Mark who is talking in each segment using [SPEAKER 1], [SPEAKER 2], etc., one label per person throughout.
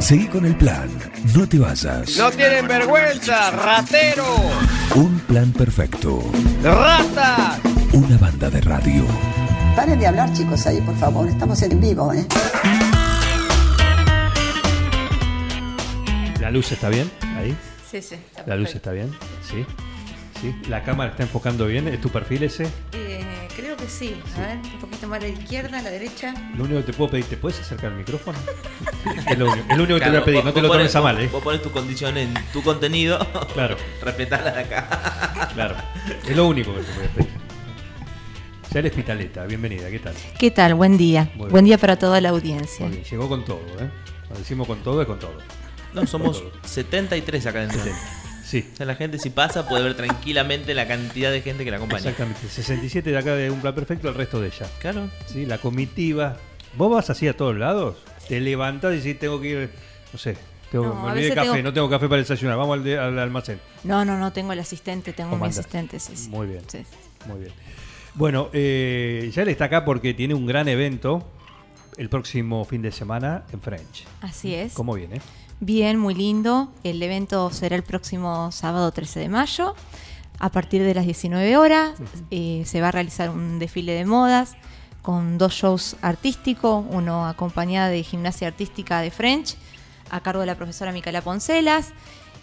[SPEAKER 1] Seguí con el plan. No te vayas.
[SPEAKER 2] No tienen vergüenza, ratero,
[SPEAKER 1] Un plan perfecto.
[SPEAKER 2] rata.
[SPEAKER 1] Una banda de radio.
[SPEAKER 3] Paren de hablar, chicos, ahí, por favor. Estamos en vivo, ¿eh?
[SPEAKER 4] ¿La luz está bien? Ahí.
[SPEAKER 5] Sí, sí. Está
[SPEAKER 4] ¿La luz está
[SPEAKER 5] perfecto.
[SPEAKER 4] bien? Sí. ¿Sí? ¿La cámara está enfocando bien? ¿Es tu perfil ese?
[SPEAKER 5] Eh, creo que sí. A ver, un poquito más a la izquierda, a la derecha.
[SPEAKER 4] Lo único que te puedo pedir, ¿te puedes acercar el micrófono? es lo único, es lo único que te
[SPEAKER 6] Claro,
[SPEAKER 4] voy a pedir,
[SPEAKER 6] vos-
[SPEAKER 4] no te
[SPEAKER 6] vos
[SPEAKER 4] lo
[SPEAKER 6] pones-
[SPEAKER 4] tomes a mal, ¿eh?
[SPEAKER 6] Vos pones tu condición en tu contenido,
[SPEAKER 4] Claro,
[SPEAKER 6] respetala de acá.
[SPEAKER 4] claro. Es lo único que te voy a pedir. Yael Espitaleta, bienvenida, ¿qué tal?
[SPEAKER 5] ¿Qué tal? Buen día.
[SPEAKER 4] Muy
[SPEAKER 5] Buen
[SPEAKER 4] bien.
[SPEAKER 5] día para toda la audiencia.
[SPEAKER 4] Muy bien, llegó con todo, ¿eh? Cuando decimos con todo, es con todo.
[SPEAKER 6] No, somos 73 acá dentro.
[SPEAKER 4] Sí,
[SPEAKER 6] O sea, la gente si pasa puede ver tranquilamente la cantidad de gente que la acompaña.
[SPEAKER 4] exactamente. 67 de acá de Un Plan Perfecto, el resto de ella.
[SPEAKER 6] Claro.
[SPEAKER 4] Sí, la comitiva. ¿Vos vas así a todos lados? ¿Te levantás y decís, tengo que ir, no sé, tengo,
[SPEAKER 5] No,
[SPEAKER 4] me
[SPEAKER 5] a
[SPEAKER 4] olvidé de
[SPEAKER 5] veces
[SPEAKER 4] café,
[SPEAKER 5] tengo-
[SPEAKER 4] no tengo café para desayunar, vamos al, de- al almacén?
[SPEAKER 5] No, no, no tengo el asistente, tengo mi
[SPEAKER 4] Comandante.
[SPEAKER 5] asistente, sí, sí.
[SPEAKER 4] Muy bien.
[SPEAKER 5] Sí.
[SPEAKER 4] Muy bien. Bueno, eh, ya él está acá porque tiene un gran evento el próximo fin de semana en French.
[SPEAKER 5] Así es.
[SPEAKER 4] ¿Cómo viene?
[SPEAKER 5] Bien, muy lindo. El evento será el próximo sábado 13 de mayo. A partir de las 19 horas eh, se va a realizar un desfile de modas con dos shows artísticos, uno acompañado de gimnasia artística de French a cargo de la profesora Micaela Poncelas,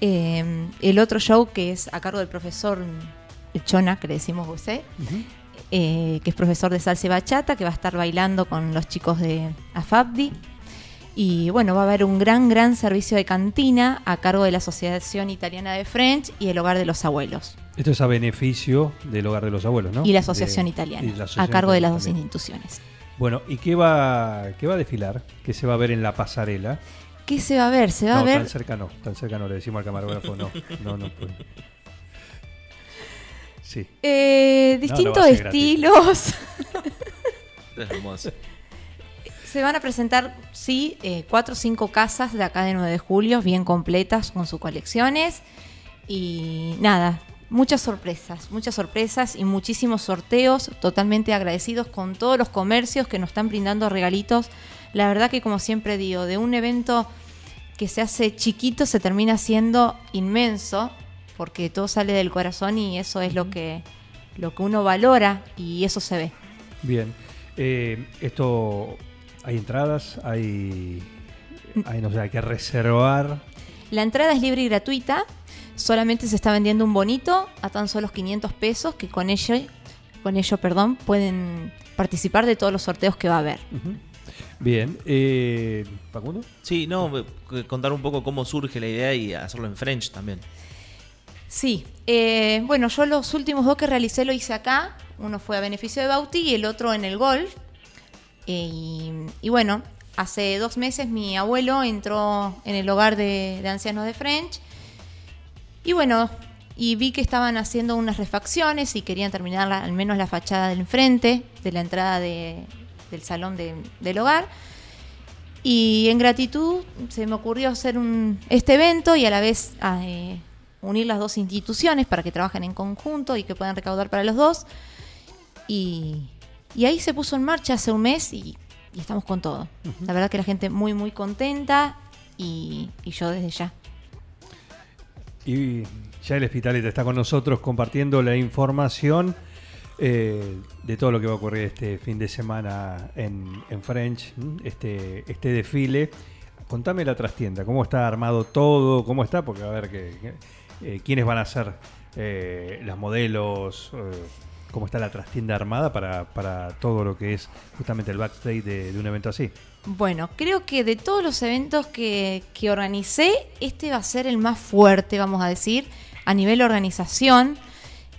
[SPEAKER 5] Eh, el otro show que es a cargo del profesor Chona, que le decimos José, eh, que es profesor de salsa y bachata, que va a estar bailando con los chicos de AFABDI. Y bueno, va a haber un gran, gran servicio de cantina a cargo de la Asociación Italiana de French y el Hogar de los Abuelos.
[SPEAKER 4] Esto es a beneficio del hogar de los abuelos, ¿no?
[SPEAKER 5] Y la Asociación
[SPEAKER 4] De-
[SPEAKER 5] Italiana,
[SPEAKER 4] y la asociación
[SPEAKER 5] a cargo de las dos
[SPEAKER 4] también.
[SPEAKER 5] instituciones.
[SPEAKER 4] Bueno, ¿y qué va, qué va a desfilar? ¿Qué se va a ver en la pasarela?
[SPEAKER 5] ¿Qué se va a ver? Se va
[SPEAKER 4] no,
[SPEAKER 5] a ver...
[SPEAKER 4] tan cerca no, tan cerca no, le decimos al camarógrafo, no, no, no puede. Sí. No, no va a
[SPEAKER 5] eh, distintos
[SPEAKER 4] ser gratis.
[SPEAKER 5] estilos.
[SPEAKER 6] Esto es hermoso.
[SPEAKER 5] Se van a presentar, sí, eh, cuatro o cinco casas de acá de 9 de julio, bien completas con sus colecciones. Y nada, muchas sorpresas, muchas sorpresas y muchísimos sorteos. Totalmente agradecidos con todos los comercios que nos están brindando regalitos. La verdad que, como siempre digo, de un evento que se hace chiquito se termina siendo inmenso, porque todo sale del corazón y eso es lo que, lo que uno valora y eso se ve.
[SPEAKER 4] Bien. Eh, esto. Hay entradas, hay. Hay, no sé, hay que reservar.
[SPEAKER 5] La entrada es libre y gratuita. Solamente se está vendiendo un bonito a tan solo 500 pesos que con ello, con ello perdón, pueden participar de todos los sorteos que va a haber.
[SPEAKER 4] Bien. Eh, ¿Facundo?
[SPEAKER 6] Sí, no, eh, contar un poco cómo surge la idea y hacerlo en French también.
[SPEAKER 5] Sí, eh, bueno, yo los últimos dos que realicé lo hice acá. Uno fue a beneficio de Bauti y el otro en el golf. Eh, y, y bueno, hace dos meses mi abuelo entró en el hogar de, de ancianos de French. Y bueno, y vi que estaban haciendo unas refacciones y querían terminar la- al menos la fachada del enfrente, de la entrada de- del salón de- del hogar. Y en gratitud se me ocurrió hacer un, este evento y a la vez ah, eh, unir las dos instituciones para que trabajen en conjunto y que puedan recaudar para los dos. Y, y ahí se puso en marcha hace un mes y, y estamos con todo. La verdad que la gente muy, muy contenta y, y yo desde ya.
[SPEAKER 4] Y ya el Hospitaleta está con nosotros compartiendo la información eh, de todo lo que va a ocurrir este fin de semana en, en French, ¿m? este, este desfile. Contame la trastienda, cómo está armado todo, cómo está, porque a ver que, que, eh, quiénes van a ser eh, las modelos, eh, cómo está la trastienda armada para, para todo lo que es justamente el backstage de, de un evento así.
[SPEAKER 5] Bueno, creo que de todos los eventos que, que organicé, este va a ser el más fuerte, vamos a decir, a nivel organización.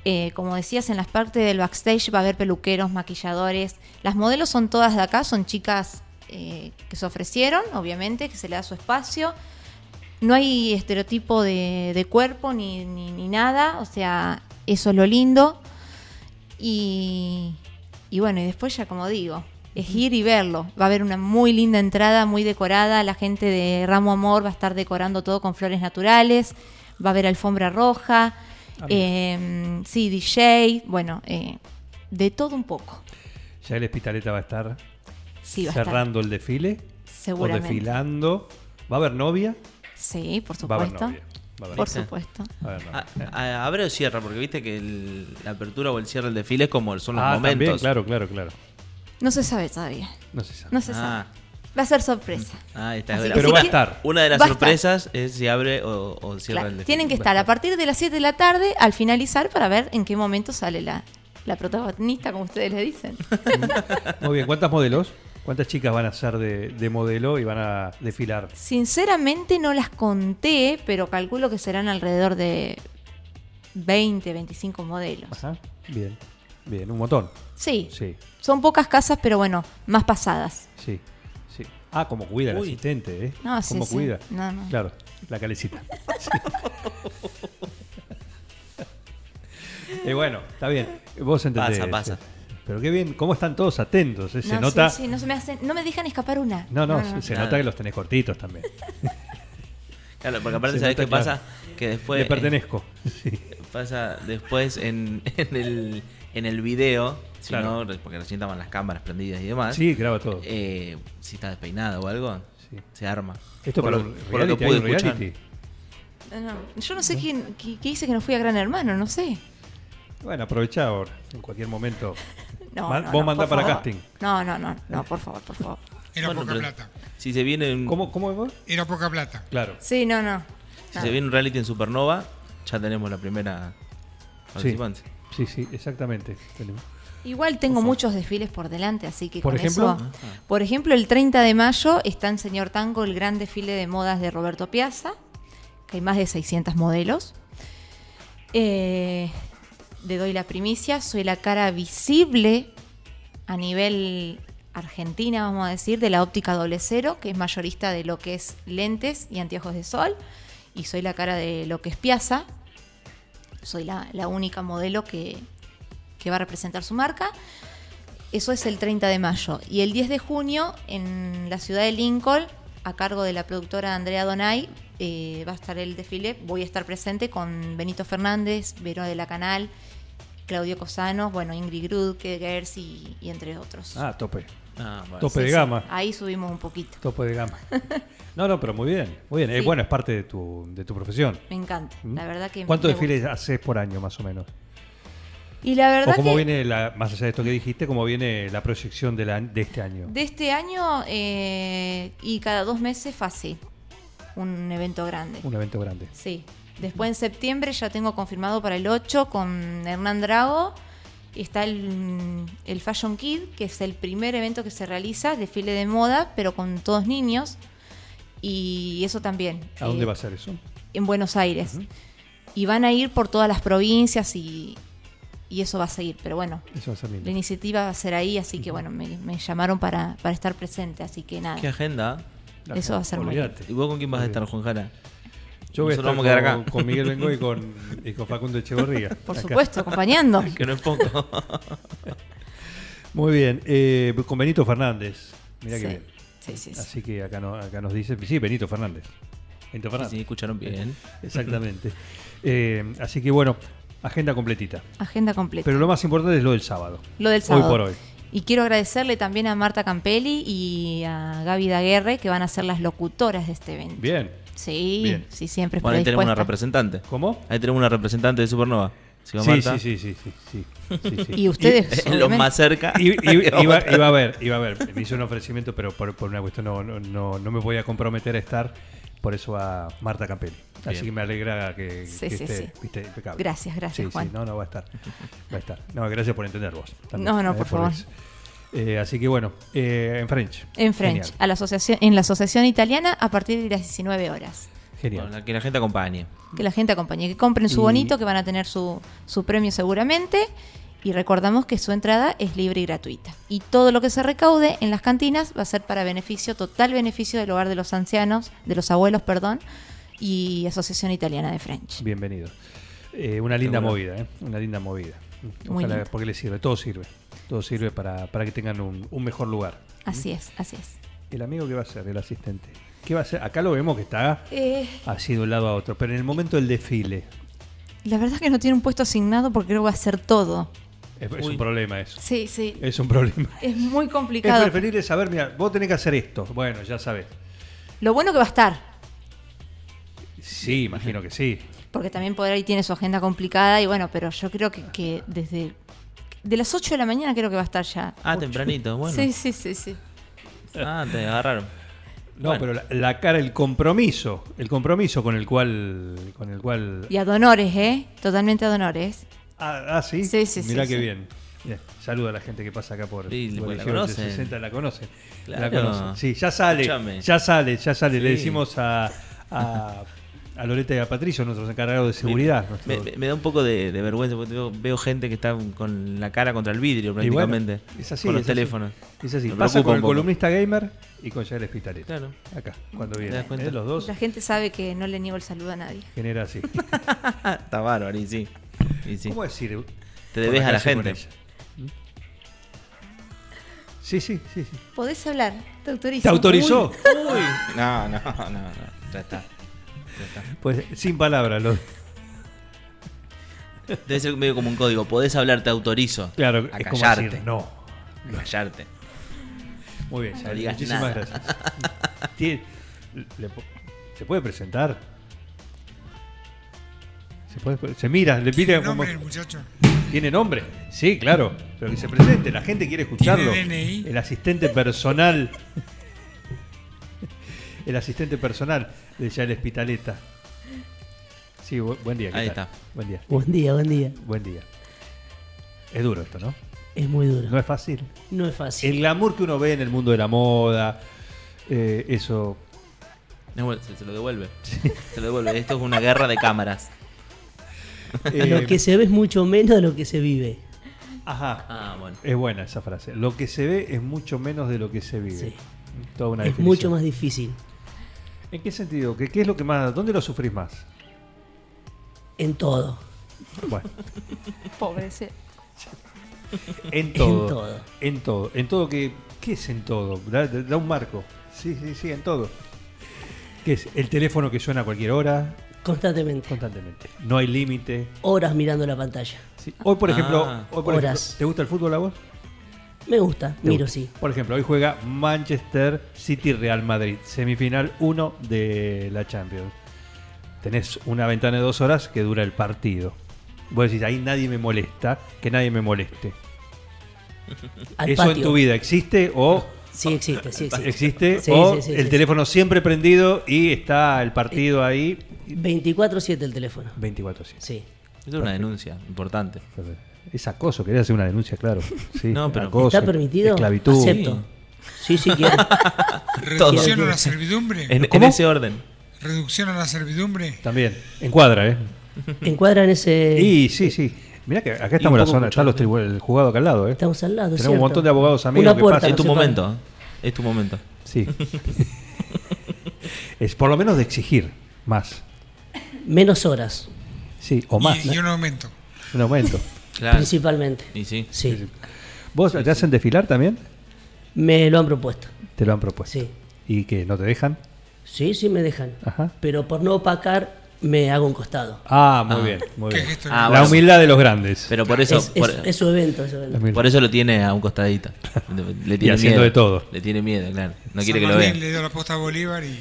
[SPEAKER 5] Eh, como decías, en las partes del backstage va a haber peluqueros, maquilladores. Las modelos son todas de acá, son chicas eh, que se ofrecieron, obviamente, que se le da su espacio. No hay estereotipo de, de cuerpo ni, ni- ni nada, o sea, eso es lo lindo. Y, y bueno, y después ya como digo, es ir y verlo. Va a haber una muy linda entrada, muy decorada. La gente de Ramo Amor va a estar decorando todo con flores naturales. Va a haber alfombra roja.
[SPEAKER 4] Ah, mira.
[SPEAKER 5] eh, sí, DJ. Bueno, eh, de todo un poco.
[SPEAKER 4] Ya el Hospitaleta va a estar
[SPEAKER 5] Sí, va a estar.
[SPEAKER 4] cerrando el desfile.
[SPEAKER 5] Seguramente.
[SPEAKER 4] O desfilando. ¿Va a haber novia?
[SPEAKER 5] Sí, por
[SPEAKER 4] Va a haber
[SPEAKER 5] supuesto.
[SPEAKER 4] novia. Va a haber
[SPEAKER 5] Por
[SPEAKER 6] Sí.
[SPEAKER 5] supuesto.
[SPEAKER 4] novia. Va a haber novia.
[SPEAKER 6] A- a- Ah, ¿Abre o cierra? Porque viste que el- la apertura o el cierre del desfile es como son los
[SPEAKER 4] Ah,
[SPEAKER 6] momentos.
[SPEAKER 4] también, claro, claro, claro.
[SPEAKER 5] No se sabe todavía.
[SPEAKER 4] No se sabe.
[SPEAKER 5] No se
[SPEAKER 6] Ah,
[SPEAKER 5] sabe. Va a ser sorpresa.
[SPEAKER 4] Mm.
[SPEAKER 6] ah, está.
[SPEAKER 5] Así
[SPEAKER 6] Pero
[SPEAKER 5] que
[SPEAKER 4] Pero
[SPEAKER 5] si
[SPEAKER 4] va a
[SPEAKER 5] quiere-
[SPEAKER 4] estar.
[SPEAKER 6] Una de las
[SPEAKER 5] Va a estar.
[SPEAKER 6] sorpresas es si abre o, o cierra
[SPEAKER 5] Claro,
[SPEAKER 6] el desfile.
[SPEAKER 5] Tienen que estar a partir de las 7 de la tarde al finalizar para ver en qué momento sale la, la protagonista, como ustedes le dicen.
[SPEAKER 4] Muy bien, ¿cuántas modelos? ¿Cuántas chicas van a ser de, de modelo y van a desfilar?
[SPEAKER 5] Sinceramente no las conté, pero calculo que serán alrededor de 20, 25 modelos.
[SPEAKER 4] Ajá, bien, bien, un montón.
[SPEAKER 5] Sí,
[SPEAKER 4] Sí,
[SPEAKER 5] son pocas casas, pero bueno, más pasadas.
[SPEAKER 4] sí, sí. Ah, como cuida el
[SPEAKER 6] Uy.
[SPEAKER 4] asistente, ¿eh?
[SPEAKER 5] No, sí,
[SPEAKER 4] Como
[SPEAKER 5] sí.
[SPEAKER 4] cuida.
[SPEAKER 5] No, no.
[SPEAKER 4] Claro, la calecita. Sí. Eh, bueno, está bien. Vos entendés.
[SPEAKER 6] Pasa, pasa.
[SPEAKER 4] Pero qué bien, cómo están todos atentos. eh, Se
[SPEAKER 5] No,
[SPEAKER 4] nota.
[SPEAKER 5] sí, sí, no, se me hacen- no me dejan escapar una.
[SPEAKER 4] No, no, se, se
[SPEAKER 6] Nada.
[SPEAKER 4] nota que los tenés cortitos también.
[SPEAKER 6] Claro, porque aparte,
[SPEAKER 4] Se
[SPEAKER 6] ¿sabés
[SPEAKER 4] nota,
[SPEAKER 6] qué
[SPEAKER 4] claro.
[SPEAKER 6] pasa? Que después.
[SPEAKER 4] Le pertenezco. Sí.
[SPEAKER 6] pasa después en, en el, en el video, si
[SPEAKER 4] Claro.
[SPEAKER 6] no, porque recién estaban las cámaras prendidas y demás.
[SPEAKER 4] Sí, graba todo.
[SPEAKER 6] ¿Ah? eh, si está despeinado o algo,
[SPEAKER 4] Sí.
[SPEAKER 6] se arma.
[SPEAKER 4] Esto
[SPEAKER 6] Por
[SPEAKER 4] para
[SPEAKER 6] lo-
[SPEAKER 4] un
[SPEAKER 6] por lo
[SPEAKER 4] reality,
[SPEAKER 6] que
[SPEAKER 4] hay
[SPEAKER 6] pude
[SPEAKER 4] un
[SPEAKER 6] escuchar.
[SPEAKER 4] reality.
[SPEAKER 5] No, no. Yo no sé quién, qué, qué hice que no fui a Gran Hermano, no sé.
[SPEAKER 4] Bueno, aprovechá ahora, en cualquier momento.
[SPEAKER 5] No,
[SPEAKER 4] Ma-
[SPEAKER 5] no,
[SPEAKER 4] vos
[SPEAKER 5] no,
[SPEAKER 4] mandá
[SPEAKER 5] por
[SPEAKER 4] para
[SPEAKER 5] favor.
[SPEAKER 4] casting.
[SPEAKER 5] No, no, no, no, por favor, por favor.
[SPEAKER 7] Era
[SPEAKER 6] Bueno,
[SPEAKER 7] poca
[SPEAKER 6] pero
[SPEAKER 7] plata.
[SPEAKER 6] Si se viene un,
[SPEAKER 4] ¿Cómo, cómo es vos?
[SPEAKER 7] Era poca plata.
[SPEAKER 4] Claro.
[SPEAKER 5] Sí, no, no.
[SPEAKER 6] si se viene un reality en Supernova, ya tenemos la primera participante.
[SPEAKER 4] Sí, sí, exactamente. Tenemos-
[SPEAKER 5] Igual tengo muchos desfiles por delante, así que
[SPEAKER 4] ¿Por
[SPEAKER 5] con
[SPEAKER 4] ejemplo?
[SPEAKER 5] eso- por ejemplo, el 30 de mayo está en Señor Tango el gran desfile de modas de Roberto Piazza, que hay más de 600 modelos. Eh, le doy la primicia, soy la cara visible a nivel argentina, vamos a decir, de la óptica doble cero, que es mayorista de lo que es lentes y anteojos de sol, y soy la cara de lo que es Piazza. Soy la, la única modelo que, que va a representar su marca. Eso es el 30 de mayo. Y el 10 de junio, en la ciudad de Lincoln, a cargo de la productora Andrea Donay, eh, va a estar el desfile. Voy a estar presente con Benito Fernández, Vero de la Canal, Claudio Cosano, bueno, Ingrid Grudke, Gers y, y entre otros.
[SPEAKER 4] Ah, tope.
[SPEAKER 6] Ah, bueno.
[SPEAKER 4] Tope
[SPEAKER 5] Sí,
[SPEAKER 4] de
[SPEAKER 5] sí.
[SPEAKER 4] gama.
[SPEAKER 5] Ahí subimos un poquito.
[SPEAKER 4] Tope de gama. No, no, pero muy bien. Muy bien. Eh,
[SPEAKER 5] Sí.
[SPEAKER 4] bueno, es parte de tu, de tu profesión.
[SPEAKER 5] Me encanta.
[SPEAKER 4] ¿Mm?
[SPEAKER 5] La verdad que.
[SPEAKER 4] ¿Cuántos
[SPEAKER 5] me gusta.
[SPEAKER 4] desfiles haces por año, más o menos?
[SPEAKER 5] Y la verdad
[SPEAKER 4] O cómo
[SPEAKER 5] que
[SPEAKER 4] viene, la, más allá de esto que dijiste, cómo viene la proyección de, la- de este año.
[SPEAKER 5] de este año eh, y cada dos meses fácil. Un evento grande.
[SPEAKER 4] Un evento grande.
[SPEAKER 5] Sí. Después en septiembre ya tengo confirmado para el 8 con Hernán Drago. Está el, el Fashion Kid, que es el primer evento que se realiza, desfile de moda, pero con todos niños. Y eso también.
[SPEAKER 4] ¿A dónde
[SPEAKER 5] eh,
[SPEAKER 4] va a ser eso?
[SPEAKER 5] En Buenos Aires. Y van a ir por todas las provincias y, y eso va a seguir. Pero bueno,
[SPEAKER 4] Eso va a ser lindo.
[SPEAKER 5] la iniciativa va a ser ahí, así que bueno, me, me llamaron para, para estar presente. Así que nada,
[SPEAKER 6] ¿Qué agenda?
[SPEAKER 4] La-
[SPEAKER 5] eso va a ser muy
[SPEAKER 4] olvídate.
[SPEAKER 6] ¿Y vos con quién vas a estar, Juan Jara?
[SPEAKER 4] Yo voy a estar con,
[SPEAKER 6] Nosotros vamos a quedar acá.
[SPEAKER 4] con Miguel Bengoy y con, y con Facundo Echeverría.
[SPEAKER 5] por
[SPEAKER 4] Acá.
[SPEAKER 5] supuesto, acompañando.
[SPEAKER 6] Que no es poco.
[SPEAKER 4] Muy bien. Eh, con Benito Fernández. Mirá
[SPEAKER 5] Sí.
[SPEAKER 4] que bien.
[SPEAKER 5] Sí, sí, sí.
[SPEAKER 4] Así que acá, no, acá nos dice, sí, Benito Fernández. Benito Fernández.
[SPEAKER 6] Sí, escucharon bien.
[SPEAKER 4] Exactamente. Eh, así que bueno, agenda completita.
[SPEAKER 5] Agenda completa.
[SPEAKER 4] Pero lo más importante es lo del sábado.
[SPEAKER 5] Lo del sábado.
[SPEAKER 4] Hoy por hoy.
[SPEAKER 5] Y quiero agradecerle también a Marta Campelli y a Gaby Daguerre, que van a ser las locutoras de este evento.
[SPEAKER 4] Bien.
[SPEAKER 5] Sí,
[SPEAKER 4] Bien.
[SPEAKER 5] sí, siempre es
[SPEAKER 6] Bueno, ahí tenemos una
[SPEAKER 5] predispuesta.
[SPEAKER 6] representante.
[SPEAKER 4] ¿Cómo?
[SPEAKER 6] Ahí tenemos una representante de Supernova. Si va
[SPEAKER 4] Sí,
[SPEAKER 6] Marta,
[SPEAKER 4] sí, sí, sí, sí, sí, sí, sí.
[SPEAKER 5] Y ustedes.
[SPEAKER 6] Los
[SPEAKER 5] obviamente.
[SPEAKER 6] más cerca.
[SPEAKER 4] Y- y- iba, iba a ver, iba a ver. Me hizo un ofrecimiento, pero por, por una cuestión no, no, no, no me voy a comprometer a estar. Por eso a Marta Campelli. Así
[SPEAKER 6] Bien.
[SPEAKER 4] que me alegra que,
[SPEAKER 5] Sí,
[SPEAKER 4] que
[SPEAKER 5] sí,
[SPEAKER 4] esté,
[SPEAKER 5] sí.
[SPEAKER 4] viste, impecable.
[SPEAKER 5] Gracias, gracias,
[SPEAKER 4] Sí, sí,
[SPEAKER 5] Juan.
[SPEAKER 4] no, no, va a estar. Va a estar. No, gracias por entender vos.
[SPEAKER 5] No, no, por favor.
[SPEAKER 4] eso. Eh, así que bueno, eh, en French.
[SPEAKER 5] En French,
[SPEAKER 4] Genial.
[SPEAKER 5] a la asociación, en la Asociación Italiana a partir de las 19 horas.
[SPEAKER 4] Genial.
[SPEAKER 6] Bueno, la- que la gente acompañe.
[SPEAKER 5] Que la gente acompañe, que compren su
[SPEAKER 4] Y-
[SPEAKER 5] bonito, que van a tener su, su premio seguramente. Y recordamos que su entrada es libre y gratuita. Y todo lo que se recaude en las cantinas va a ser para beneficio, total beneficio del hogar de los ancianos, de los abuelos, perdón, y Asociación Italiana de French.
[SPEAKER 4] Bienvenido. Eh, una linda
[SPEAKER 6] Seguro.
[SPEAKER 4] movida, ¿eh? Una linda movida.
[SPEAKER 5] Muy
[SPEAKER 4] Ojalá,
[SPEAKER 5] lindo.
[SPEAKER 4] porque le sirve, todo sirve. Todo sirve para, para que tengan un, un mejor lugar.
[SPEAKER 5] Así es, así es.
[SPEAKER 4] ¿El amigo qué va a hacer? ¿El asistente? ¿Qué va a hacer? Acá lo vemos que está
[SPEAKER 5] Eh,
[SPEAKER 4] así de un lado a otro, pero en el momento del desfile.
[SPEAKER 5] la verdad que no tiene un puesto asignado porque creo que va a ser todo.
[SPEAKER 4] Es, es
[SPEAKER 6] Uy.
[SPEAKER 4] un problema eso.
[SPEAKER 5] Sí, sí.
[SPEAKER 4] Eh, Es un problema.
[SPEAKER 5] Es muy
[SPEAKER 4] Es
[SPEAKER 5] complicado.
[SPEAKER 4] preferible saber, mira, vos tenés que hacer esto. Bueno, ya sabés.
[SPEAKER 5] Lo bueno que va a estar,
[SPEAKER 4] Sí, imagino que sí.
[SPEAKER 5] porque también por ahí tiene su agenda complicada y bueno, pero yo creo que, que desde de las 8 de la mañana creo que va a estar ya.
[SPEAKER 6] Ah, tempranito, bueno.
[SPEAKER 5] Sí, sí, sí, sí.
[SPEAKER 6] Ah, te agarraron.
[SPEAKER 4] No,
[SPEAKER 6] Bueno.
[SPEAKER 4] pero la, la cara, el compromiso, el compromiso con el cual, con el cual.
[SPEAKER 5] Y a donores, ¿eh? Totalmente a donores.
[SPEAKER 4] Ah, ah, sí.
[SPEAKER 5] Sí, sí,
[SPEAKER 4] Mirá
[SPEAKER 5] sí,
[SPEAKER 4] qué
[SPEAKER 5] sí.
[SPEAKER 4] bien. Bien. Saluda a la gente que pasa acá por
[SPEAKER 6] Sí,
[SPEAKER 4] por
[SPEAKER 6] pues la
[SPEAKER 4] 18,
[SPEAKER 6] conocen.
[SPEAKER 4] 60, la conocen. La
[SPEAKER 6] Claro.
[SPEAKER 4] conocen. Sí, ya sale,
[SPEAKER 6] Escuchame.
[SPEAKER 4] ya sale, ya sale. Le
[SPEAKER 6] Sí.
[SPEAKER 4] decimos a, a, a Loreta y a Patricio, nuestros encargados de seguridad.
[SPEAKER 6] Me,
[SPEAKER 4] nuestros-
[SPEAKER 6] me- me da un poco de, de vergüenza porque veo, veo gente que está con la cara contra el vidrio
[SPEAKER 4] Y bueno,
[SPEAKER 6] prácticamente.
[SPEAKER 4] es así,
[SPEAKER 6] Con los
[SPEAKER 4] es así.
[SPEAKER 6] teléfonos.
[SPEAKER 4] Es así.
[SPEAKER 6] Me
[SPEAKER 4] Pasa
[SPEAKER 6] preocupa
[SPEAKER 4] con
[SPEAKER 6] un
[SPEAKER 4] el
[SPEAKER 6] poco.
[SPEAKER 4] columnista gamer y con Jair Espitalet.
[SPEAKER 6] Claro.
[SPEAKER 4] Acá, cuando
[SPEAKER 6] das
[SPEAKER 4] viene.
[SPEAKER 6] cuenta?
[SPEAKER 4] ¿eh? Los dos
[SPEAKER 5] La gente sabe que no le niego el saludo a nadie.
[SPEAKER 4] genera así.
[SPEAKER 6] Ah, está bárbaro, y sí. Y sí.
[SPEAKER 4] ¿Cómo decir?
[SPEAKER 6] Te debes
[SPEAKER 4] Por
[SPEAKER 6] a la
[SPEAKER 4] calle con
[SPEAKER 6] gente.
[SPEAKER 4] ella. ¿Mm? Sí, sí, sí, sí.
[SPEAKER 5] Podés hablar, te autorizó.
[SPEAKER 4] ¿Te autorizó?
[SPEAKER 6] No, no, no, no. Ya está. Ya está.
[SPEAKER 4] Pues sin palabras. Lo...
[SPEAKER 6] Debe ser medio como un código. Podés hablar, te autorizo.
[SPEAKER 4] Claro,
[SPEAKER 6] a
[SPEAKER 4] es como
[SPEAKER 6] callarte.
[SPEAKER 4] decir, no.
[SPEAKER 6] a callarte.
[SPEAKER 4] Muy bien, Yael,
[SPEAKER 6] digas
[SPEAKER 4] muchísimas
[SPEAKER 6] nada.
[SPEAKER 4] gracias. Tie- le po- ¿Se puede presentar? ¿Se, puede, pre- se mira, le pide
[SPEAKER 7] ¿Tiene
[SPEAKER 4] como-
[SPEAKER 7] nombre el muchacho?
[SPEAKER 4] ¿Tiene nombre? Sí, claro. Pero que se presente, la gente quiere escucharlo.
[SPEAKER 7] ¿Tiene DNI?
[SPEAKER 4] El asistente personal. El asistente personal de Yael Espitaleta. Sí, bu- buen día. ¿qué
[SPEAKER 6] Ahí
[SPEAKER 4] tal?
[SPEAKER 6] está.
[SPEAKER 4] Buen día.
[SPEAKER 8] Buen día, buen día.
[SPEAKER 4] Buen día. Es duro esto, ¿no?
[SPEAKER 8] Es muy duro.
[SPEAKER 4] No es fácil.
[SPEAKER 8] No es fácil.
[SPEAKER 4] El glamour que uno ve en el mundo de la moda, eh, eso.
[SPEAKER 6] No, bueno, se, se lo devuelve. Se lo devuelve. Esto es una guerra de cámaras.
[SPEAKER 4] eh,
[SPEAKER 8] Lo que se ve es mucho menos de lo que se vive.
[SPEAKER 4] Ajá.
[SPEAKER 6] Ah, bueno.
[SPEAKER 4] Es buena esa frase. Lo que se ve es mucho menos de lo que se vive.
[SPEAKER 8] Sí.
[SPEAKER 4] Toda una
[SPEAKER 8] Es
[SPEAKER 4] definición.
[SPEAKER 8] mucho más difícil.
[SPEAKER 4] ¿En qué sentido? ¿Qué, qué es lo que más? ¿Dónde lo sufrís más?
[SPEAKER 8] En todo.
[SPEAKER 4] Bueno,
[SPEAKER 5] Pobre ese.
[SPEAKER 4] en todo.
[SPEAKER 8] En todo.
[SPEAKER 4] En todo. En todo que. ¿Qué es en todo? Da, da un marco. Sí, sí, sí, en todo. ¿Qué es? El teléfono que suena a cualquier hora,
[SPEAKER 8] Constantemente.
[SPEAKER 4] constantemente. No hay límite.
[SPEAKER 8] Horas mirando la pantalla.
[SPEAKER 4] Sí. Hoy, por
[SPEAKER 6] Ah.
[SPEAKER 4] ejemplo, hoy, por
[SPEAKER 8] Horas.
[SPEAKER 4] ejemplo, ¿te gusta el fútbol a vos?
[SPEAKER 8] Me gusta,
[SPEAKER 4] Te
[SPEAKER 8] miro
[SPEAKER 4] gusta.
[SPEAKER 8] sí.
[SPEAKER 4] Por ejemplo, hoy juega Manchester City Real Madrid, semifinal 1 de la Champions. Tenés una ventana de dos horas que dura el partido. Vos decís, ahí nadie me molesta, que nadie me moleste.
[SPEAKER 8] Al
[SPEAKER 4] ¿Eso
[SPEAKER 8] patio.
[SPEAKER 4] en tu vida existe o
[SPEAKER 8] Sí existe, sí existe.
[SPEAKER 4] existe?
[SPEAKER 8] Sí,
[SPEAKER 4] o
[SPEAKER 8] sí, sí, Eh.
[SPEAKER 4] el
[SPEAKER 8] sí.
[SPEAKER 4] teléfono siempre prendido y está el partido ahí
[SPEAKER 8] 24/7 el teléfono.
[SPEAKER 4] 24 7
[SPEAKER 8] Sí.
[SPEAKER 6] Esto es una denuncia importante.
[SPEAKER 4] Es acoso, quería hacer una denuncia, claro. Sí,
[SPEAKER 6] No, pero-
[SPEAKER 4] acoso,
[SPEAKER 8] ¿Está permitido?
[SPEAKER 4] Esclavitud.
[SPEAKER 8] Acepto. Sí, sí quiero.
[SPEAKER 7] ¿Reducción a
[SPEAKER 8] Todo.
[SPEAKER 7] la servidumbre?
[SPEAKER 6] En, en
[SPEAKER 4] ¿Cómo?
[SPEAKER 6] ese orden.
[SPEAKER 7] ¿Reducción a la servidumbre?
[SPEAKER 4] También. Encuadra, ¿eh?
[SPEAKER 8] Encuadran ese
[SPEAKER 4] Y sí, sí. Mirá que acá estamos en la
[SPEAKER 6] poco
[SPEAKER 4] zona, está
[SPEAKER 6] escuchando.
[SPEAKER 4] los tribu- el juzgado acá al lado, ¿eh?
[SPEAKER 8] Estamos al lado,
[SPEAKER 4] Tenemos
[SPEAKER 8] ¿cierto?
[SPEAKER 4] un montón de abogados amigos
[SPEAKER 8] Una
[SPEAKER 4] que
[SPEAKER 8] puerta,
[SPEAKER 4] pasan.
[SPEAKER 6] Es tu
[SPEAKER 8] no se
[SPEAKER 6] momento. ¿eh? Es tu momento.
[SPEAKER 4] Sí. es por lo menos de exigir más.
[SPEAKER 8] puede. Menos horas,
[SPEAKER 4] Sí, o más.
[SPEAKER 7] Y, y un aumento.
[SPEAKER 4] Un aumento.
[SPEAKER 6] Claro.
[SPEAKER 8] principalmente.
[SPEAKER 6] Y sí.
[SPEAKER 8] Sí.
[SPEAKER 4] ¿Vos te hacen desfilar también?
[SPEAKER 8] Me lo han propuesto.
[SPEAKER 4] Te lo han propuesto.
[SPEAKER 8] Sí.
[SPEAKER 4] ¿Y que no te dejan?
[SPEAKER 8] Sí, sí me dejan.
[SPEAKER 4] Ajá.
[SPEAKER 8] Pero por no opacar, me hago un costado.
[SPEAKER 4] Ah, muy
[SPEAKER 6] Ah.
[SPEAKER 4] bien, muy
[SPEAKER 7] ¿Qué
[SPEAKER 4] bien.
[SPEAKER 7] gesto?
[SPEAKER 6] Ah,
[SPEAKER 4] la
[SPEAKER 6] bueno.
[SPEAKER 4] humildad de los grandes.
[SPEAKER 6] Pero por eso.
[SPEAKER 8] es,
[SPEAKER 6] por-
[SPEAKER 8] es- es su evento, es su evento.
[SPEAKER 4] La humildad.
[SPEAKER 6] Por eso lo tiene a un costadito. Le tiene
[SPEAKER 4] haciendo
[SPEAKER 6] miedo.
[SPEAKER 4] de todo.
[SPEAKER 6] Le tiene miedo, claro. No
[SPEAKER 7] San
[SPEAKER 6] quiere que lo
[SPEAKER 7] Martín
[SPEAKER 6] vean.
[SPEAKER 7] le dio la posta a Bolívar y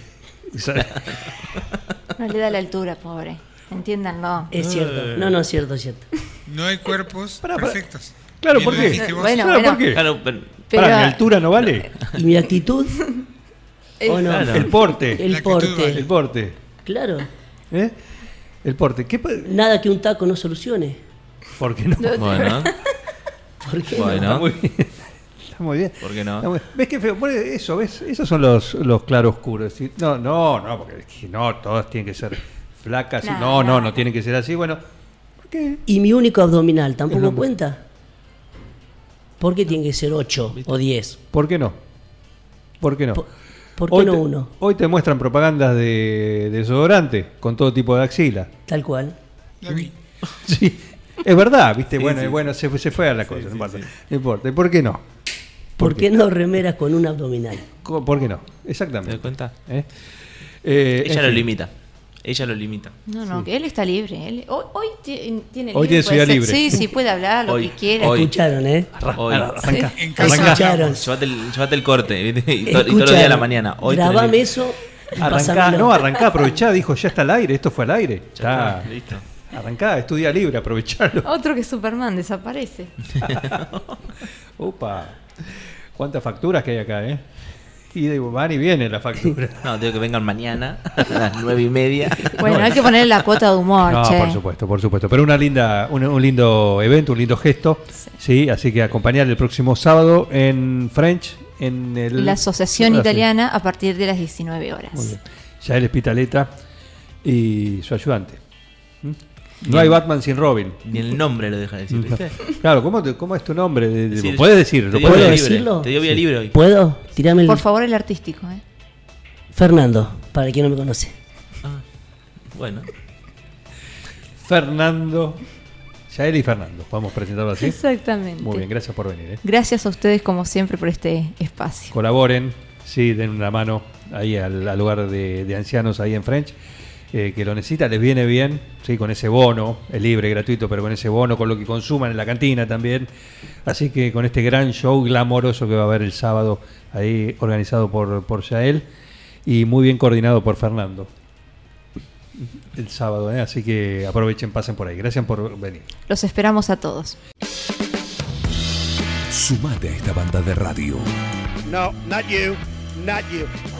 [SPEAKER 5] No le da la altura, pobre. Entiéndanlo.
[SPEAKER 8] Es
[SPEAKER 6] Eh.
[SPEAKER 8] cierto. No, no, es cierto, es cierto.
[SPEAKER 7] no hay cuerpos
[SPEAKER 4] pará.
[SPEAKER 7] perfectos.
[SPEAKER 4] Claro,
[SPEAKER 7] Bien
[SPEAKER 4] ¿por
[SPEAKER 7] lo
[SPEAKER 4] qué?
[SPEAKER 7] dijiste vos.
[SPEAKER 5] Bueno,
[SPEAKER 4] Claro, ¿por
[SPEAKER 5] bueno.
[SPEAKER 4] qué?
[SPEAKER 6] Claro, pero.
[SPEAKER 5] Pero-
[SPEAKER 4] Pará, ¿mi altura no vale?
[SPEAKER 8] ¿Y mi actitud? ¿O no?
[SPEAKER 6] Claro.
[SPEAKER 4] El porte.
[SPEAKER 7] La
[SPEAKER 8] El
[SPEAKER 7] actitud
[SPEAKER 8] porte.
[SPEAKER 4] El porte.
[SPEAKER 8] Claro.
[SPEAKER 4] ¿Eh? El porte. ¿Qué? pa-
[SPEAKER 8] Nada que un taco no solucione.
[SPEAKER 4] ¿Por qué no?
[SPEAKER 6] Bueno,
[SPEAKER 8] ¿Por qué no?
[SPEAKER 6] bueno.
[SPEAKER 4] Está muy bien. ¿Ah? Está muy bien.
[SPEAKER 6] ¿Por qué no?
[SPEAKER 4] Está muy- ¿Ves qué feo? Bueno, eso, ¿ves? Esos son los, los claroscuros. Es decir, No, no, no, porque es que no, todas tienen que ser flacas. y
[SPEAKER 5] No,
[SPEAKER 4] no, no,
[SPEAKER 5] no.
[SPEAKER 4] no tienen que ser así. Bueno, ¿por qué?
[SPEAKER 8] ¿Y mi único abdominal
[SPEAKER 4] El
[SPEAKER 8] tampoco
[SPEAKER 4] hombre.
[SPEAKER 8] cuenta? ¿Por qué tiene que ser 8 o 10?
[SPEAKER 4] ¿Por qué no? ¿Por qué no?
[SPEAKER 8] ¿Por, por qué
[SPEAKER 4] Hoy
[SPEAKER 8] no
[SPEAKER 4] te-
[SPEAKER 8] uno?
[SPEAKER 4] Hoy te muestran propagandas de desodorante con todo tipo de axila.
[SPEAKER 8] Tal cual.
[SPEAKER 7] La vi.
[SPEAKER 4] Sí, es verdad, ¿viste?
[SPEAKER 6] Sí,
[SPEAKER 4] bueno,
[SPEAKER 6] sí,
[SPEAKER 4] bueno se, fue- se fue a la cosa, no,
[SPEAKER 6] sí,
[SPEAKER 4] importa,
[SPEAKER 6] sí.
[SPEAKER 4] no importa. ¿Y por qué no?
[SPEAKER 8] ¿Por, qué no remeras con un abdominal?
[SPEAKER 4] Co- ¿Por qué no?
[SPEAKER 6] ¿Te das
[SPEAKER 4] Exactamente.
[SPEAKER 6] cuenta?
[SPEAKER 4] ¿Eh? Eh, en
[SPEAKER 6] Ella lo
[SPEAKER 4] fin.
[SPEAKER 6] limita. Ella lo limita.
[SPEAKER 5] No, no, que él está libre. Él, hoy, hoy ti- tiene
[SPEAKER 4] Hoy tiene su
[SPEAKER 5] puede
[SPEAKER 4] día
[SPEAKER 5] ser-
[SPEAKER 4] libre.
[SPEAKER 5] Sí, sí, puede hablar lo
[SPEAKER 6] Hoy,
[SPEAKER 5] que quiera.
[SPEAKER 6] hoy.
[SPEAKER 8] Escucharon, ¿eh?
[SPEAKER 6] Hoy.
[SPEAKER 7] En casa
[SPEAKER 8] Escucharon.
[SPEAKER 6] Llévate el, llévate el corte, ¿viste? Y, to- y todos los días
[SPEAKER 8] Escucharon.
[SPEAKER 6] a la mañana. Hoy tenés
[SPEAKER 8] Grabame
[SPEAKER 6] libre.
[SPEAKER 8] eso
[SPEAKER 4] Arrancá,
[SPEAKER 8] Pásamelo.
[SPEAKER 4] no, arrancá, aprovechá, dijo, ya está al aire, esto fue al aire.
[SPEAKER 6] Ya
[SPEAKER 4] Está,
[SPEAKER 6] está, Ah, listo.
[SPEAKER 4] arrancá, estudia libre, aprovechalo.
[SPEAKER 5] Otro que Superman desaparece.
[SPEAKER 4] Opa, cuántas facturas que hay acá, ¿eh? Y de van y viene la factura.
[SPEAKER 6] No, digo que vengan mañana a las nueve y media.
[SPEAKER 5] Bueno, hay que ponerle la cuota de humor,
[SPEAKER 4] No,
[SPEAKER 5] Ah, che.
[SPEAKER 4] por supuesto, por supuesto. Pero una linda, un, un lindo evento, un lindo gesto. Sí. Así que acompañar el próximo sábado en French, en el-
[SPEAKER 5] La Asociación
[SPEAKER 4] Ah, sí.
[SPEAKER 5] Italiana a partir de las 19
[SPEAKER 4] Muy
[SPEAKER 5] horas.
[SPEAKER 4] bien. Ya el Espitaleta y su ayudante. ¿Mm? No hay Batman sin Robin.
[SPEAKER 6] Ni el nombre lo deja de decir, ¿viste?
[SPEAKER 4] Claro, ¿cómo, te- cómo es tu nombre? De- de-
[SPEAKER 6] Decir-
[SPEAKER 4] puedes decirlo.
[SPEAKER 6] te dio
[SPEAKER 4] puedes
[SPEAKER 6] vía
[SPEAKER 8] ¿Puedo
[SPEAKER 6] libre,
[SPEAKER 8] decirlo?
[SPEAKER 6] Te dio vía
[SPEAKER 4] Sí.
[SPEAKER 6] libre hoy.
[SPEAKER 8] ¿Puedo? Tirame el.
[SPEAKER 5] Por favor, el artístico, ¿eh?
[SPEAKER 8] Fernando, para quien no me conoce.
[SPEAKER 6] Bueno,
[SPEAKER 4] Fernando. Yael y Fernando. Vamos a presentarlo así.
[SPEAKER 5] Exactamente.
[SPEAKER 4] Muy bien, gracias por venir. ¿eh?
[SPEAKER 5] Gracias a ustedes, como siempre, por este espacio.
[SPEAKER 4] Colaboren, sí, den una mano ahí al, al hogar de, de ancianos ahí en French. eh, que lo necesita, les viene bien, sí, con ese bono, es libre, gratuito, pero con ese bono, con lo que consuman en la cantina también. Así que con este gran show glamoroso que va a haber el sábado, ahí organizado por, por Yael y muy bien coordinado por Fernando. El sábado, ¿eh? así que aprovechen, pasen por ahí. Gracias por venir.
[SPEAKER 5] Los esperamos a todos.
[SPEAKER 1] Sumate a esta banda de radio.
[SPEAKER 9] No, not you, not you.